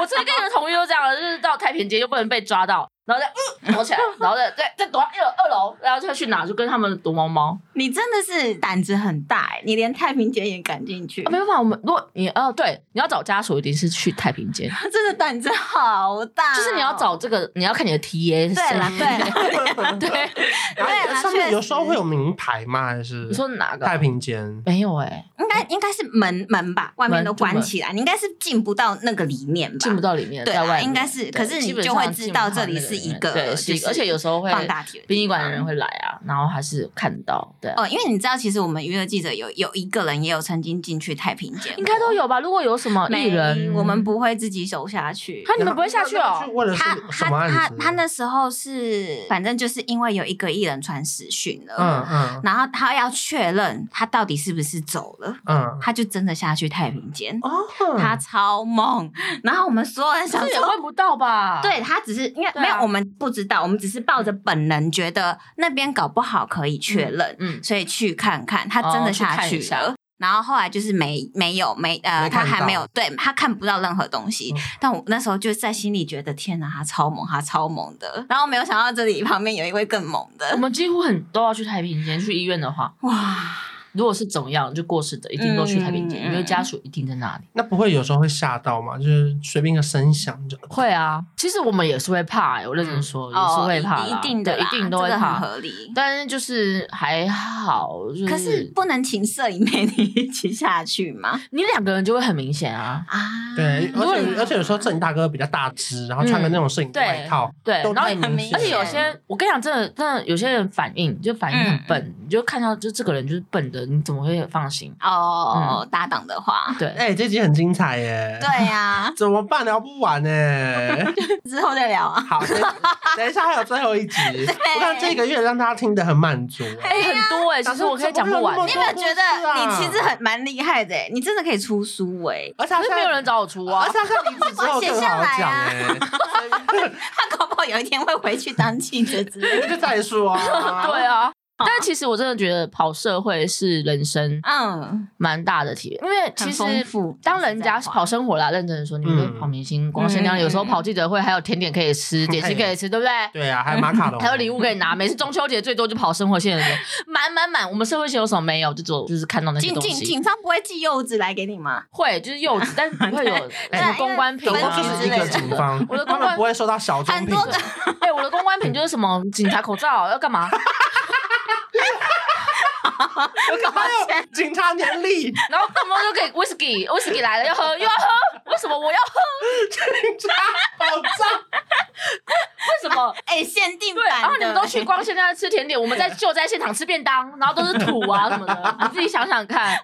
S1: 我最近跟你的同学都这样了，就是到太平间又不能被抓到，然后再嗯躲起来，然后再再再躲到一楼二楼，然后再去哪就跟他们躲猫猫。
S3: 你真的是胆子很大、哎，你连太平间也敢进去，
S1: 啊，没办法，我们如果你哦对，你要找家属一定是去太平间，
S3: 他真的胆子好大哦、
S1: 就是你要找这个，你要看你的 TA 是
S3: 对
S1: 谁。
S3: 啦对啦，
S1: [LAUGHS] 对，
S2: 然
S3: 对
S2: 后
S3: 啦
S2: 哎上面
S3: 确
S2: 有时候
S3: 实
S2: 会有名牌吗？还是
S1: 你说哪个？
S2: 太平间？
S1: 没有哎，
S3: 应该应该是门门吧，外面
S1: 门
S3: 都
S1: 就门
S3: 关起来，你应该是进不到那个里面吧？
S1: 进不到里面，
S3: 对
S1: 在
S3: 啊
S1: 外面
S3: 应该是
S1: 对
S3: 可是你
S1: 基本
S3: 就会
S1: 上
S3: 知
S1: 进不
S3: 道
S1: 到
S3: 这
S1: 那
S3: 里是
S1: 里
S3: 一
S1: 面
S3: 个
S1: 对，是一
S3: 就是
S1: 个，而且有时候会
S3: 放大体的地
S1: 殡仪馆的
S3: 方
S1: 人会来啊，然后还是看得到，对，啊
S3: 哦，因为你知道，其实我们娱乐记者有有一个人也有曾经进去太平间过，
S1: 应该都有吧？如果有什么艺
S3: 没
S1: 人，
S3: 我们不会自己守下去。
S1: 啊，你们不会下去
S2: 那那
S1: 哦
S2: 是？为了
S3: 他
S2: 什么什么
S3: 他
S2: 案
S3: 他
S2: 子？
S3: 他那时候是，反正就是因为有一个艺人传死讯了，
S2: 嗯嗯
S3: 然后他要确认他到底是不是走了，
S2: 嗯
S3: 他就真的下去太平间，
S2: 哦，
S3: 他超猛。然后我们所有人想
S1: 嗯这也
S3: 说，
S1: 问不到吧？
S3: 对他只是因为、
S1: 对啊
S3: 没有，我们不知道，我们只是抱着本能觉得那边搞不好可以确认，
S1: 嗯，
S3: 所以去看看。他真的下
S1: 哦去看一
S3: 去
S1: 下
S3: 了，然后后来就是没没有没呃，
S2: 没看
S3: 他
S2: 到
S3: 还没有对他看不到任何东西。
S2: 嗯
S3: 但我那时候就在心里觉得天哪，他超猛，他超猛的。然后没有想到这里旁边有一位更猛
S1: 我
S3: 的，
S1: 们几乎很都要去太平间，去医院的话，
S3: 哇！
S1: 如果是怎样就过世的，一定都去太平间，
S3: 嗯
S1: 因为家属一定在那里。
S2: 那不会有时候会吓到吗？就是随便一个声响就。
S1: 会啊，其实我们也是会怕、欸，我认真说、也是会怕
S3: 嗯哦一
S1: 啦、
S3: 一定的
S1: 对
S3: 啦，
S1: 一定都会
S3: 这个很
S1: 怕。
S3: 合理。
S1: 但是就是还好，就是
S3: 可是不能请摄影陪 [LAUGHS] 你一起下去吗？
S1: 你两个人就会很明显啊。
S3: 啊，
S2: 对，
S1: 如果
S2: 而
S1: 你嗯
S2: 且而且有时候摄影大哥比较大只，然后穿个那种摄影
S1: 对
S2: 外套，
S1: 对，
S2: 都
S1: 然后
S2: 太
S3: 很
S2: 明
S3: 明
S2: 显
S1: 而
S2: 了。
S1: 且有些，我跟你讲，真的，真的有些人反应就反应很笨，你就看到就这个人就是笨的，你怎么会放心？
S3: 哦，
S1: 嗯
S3: 搭档的话，
S1: 对，
S2: 哎、这集很精彩耶！
S3: [LAUGHS] 对呀，
S2: 怎么办？聊不完呢。
S3: 之后再聊啊。
S2: 好，等等一下还有最后一
S1: [LAUGHS]
S2: 集，我看这个月让大家听得很满足。啊
S1: 哎、很多哎、其实我可以讲不完、
S2: 想说
S3: [LAUGHS] 你
S2: 怎么
S3: 有没
S2: 会
S3: 有觉得
S2: 是啊
S3: 你其实很蛮厉害的欸？你真的可以出书哎，
S2: 而且好
S1: 可是
S2: 像
S1: 没有人找我出啊
S2: 而且。好像离职之后更好讲哎、
S3: [LAUGHS] 他搞不好有一天会回去当记者之类
S2: 那
S3: 的。
S2: 哎就再说啊。
S1: 对啊，但其实我真的觉得跑社会是人生
S3: [LAUGHS] 嗯，
S1: 蛮大的体验，因为其
S3: 很
S1: 实
S3: 丰富
S1: 当人家跑生活啦，认真的说，你们
S2: 嗯
S1: 就跑明星光鲜亮丽，
S3: 嗯
S1: 有时候跑记者会，还有甜点可以吃，点心可以吃，对不嗯对？
S2: 对啊，还有马卡龙，
S1: 还有礼物可以拿，每次中秋节最多就跑生活线的人，满满满。我们社会线有什么没有？就只有就是看到那些
S3: 警
S1: 东
S3: 警
S1: 西，
S3: 警方不会寄柚子来给你 [LAUGHS] 吗？
S1: 会就是柚子，但不会有什么公关品
S2: 总
S3: 对
S2: 共
S1: 啊
S2: 就
S3: 分
S2: 是
S3: 级
S2: 一
S3: 之类
S2: 个
S3: 的
S2: 警方，
S1: 我的
S2: 他
S1: 公
S2: 们
S1: 关
S2: 不会收到小奖
S3: 很
S2: 品
S3: 多
S2: 的
S3: 个。
S1: 哎，我的公关品就是什
S2: [LAUGHS]
S1: 么警察口罩要干嘛？
S2: 还有哎警察年历，
S1: 然后动不动就给 whisky whisky 来了要喝又要喝，为什么我要喝？
S2: 警察保障。
S1: [LAUGHS] 为什么？
S3: 哎，限定
S1: 对，
S3: 版的。
S1: 然后你们都去光鲜亮丽吃甜点，我们在就在现场吃便当，然后都是土啊什么的，你自己想想看。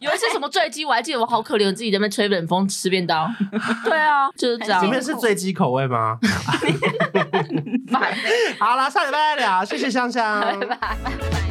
S1: 有一次什么坠机，我还记得我好可怜，自己在那边吹冷风吃便当。对啊，就是这样
S2: 里。面是醉鸡口味
S1: [LAUGHS]
S2: 吗？
S1: 拜
S2: [LAUGHS] 好啦，下礼拜再聊，谢谢香香，
S1: [LAUGHS] 拜。
S3: 拜拜。